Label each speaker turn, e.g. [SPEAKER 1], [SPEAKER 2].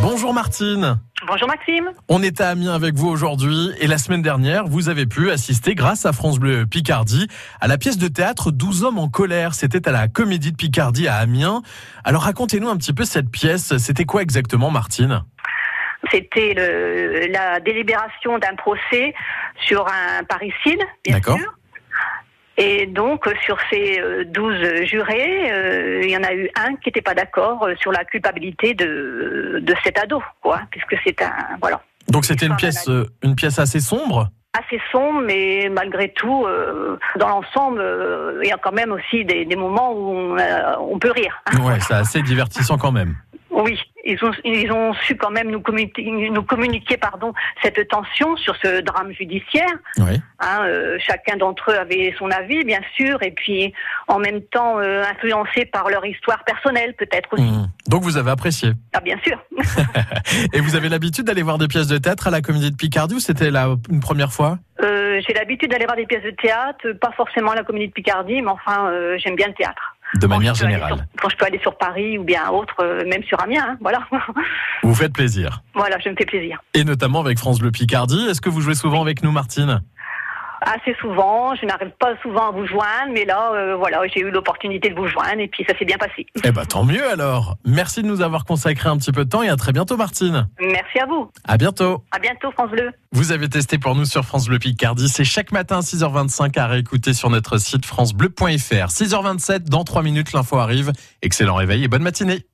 [SPEAKER 1] Bonjour Martine.
[SPEAKER 2] Bonjour Maxime.
[SPEAKER 1] On est à Amiens avec vous aujourd'hui et la semaine dernière, vous avez pu assister grâce à France Bleu Picardie à la pièce de théâtre 12 hommes en colère. C'était à la Comédie de Picardie à Amiens. Alors racontez-nous un petit peu cette pièce. C'était quoi exactement Martine
[SPEAKER 2] C'était le- la délibération d'un procès sur un parricide, bien
[SPEAKER 1] D'accord.
[SPEAKER 2] sûr. Et donc, euh, sur ces euh, 12 jurés, euh, il y en a eu un qui n'était pas d'accord euh, sur la culpabilité de, de cet ado, quoi, puisque c'est un, voilà,
[SPEAKER 1] Donc c'était une
[SPEAKER 2] Histoire
[SPEAKER 1] pièce, euh, une pièce assez sombre.
[SPEAKER 2] assez sombre, mais malgré tout, euh, dans l'ensemble, euh, il y a quand même aussi des, des moments où on, euh, on peut rire.
[SPEAKER 1] Ouais, c'est assez divertissant quand même.
[SPEAKER 2] Oui, ils ont, ils ont su quand même nous communiquer, nous communiquer pardon, cette tension sur ce drame judiciaire.
[SPEAKER 1] Oui.
[SPEAKER 2] Hein, euh, chacun d'entre eux avait son avis, bien sûr, et puis en même temps euh, influencé par leur histoire personnelle, peut-être aussi.
[SPEAKER 1] Mhm. Donc vous avez apprécié.
[SPEAKER 2] Ah, bien sûr.
[SPEAKER 1] Et vous avez l'habitude d'aller voir des pièces de théâtre à la Comédie de Picardie ou c'était la une première fois
[SPEAKER 2] Euh, J'ai l'habitude d'aller voir des pièces de théâtre, pas forcément la Comédie de Picardie, mais enfin, euh, j'aime bien le théâtre.
[SPEAKER 1] De manière
[SPEAKER 2] Quand je peux aller
[SPEAKER 1] générale.
[SPEAKER 2] sur- quand je peux aller sur Paris ou bien autre, euh, même sur Amiens, hein, voilà.
[SPEAKER 1] Vous faites plaisir.
[SPEAKER 2] voilà, je me fais plaisir.
[SPEAKER 1] Et notamment avec France Bleu Picardie. Est-ce que vous jouez souvent avec nous, Martine
[SPEAKER 2] assez souvent. Je n'arrive pas souvent à vous joindre, mais là, euh, voilà, j'ai eu l'opportunité de vous joindre et puis ça s'est bien passé.
[SPEAKER 1] Eh ben tant mieux alors. Merci de nous avoir consacré un petit peu de temps et à très bientôt, Martine.
[SPEAKER 2] Merci à vous.
[SPEAKER 1] À bientôt.
[SPEAKER 2] À bientôt, France Bleu.
[SPEAKER 1] Vous avez testé pour nous sur France Bleu Picardie. C'est chaque matin 6h25 à réécouter sur notre site francebleu.fr. 6h27, dans 3 minutes, l'info arrive. Excellent réveil et bonne matinée.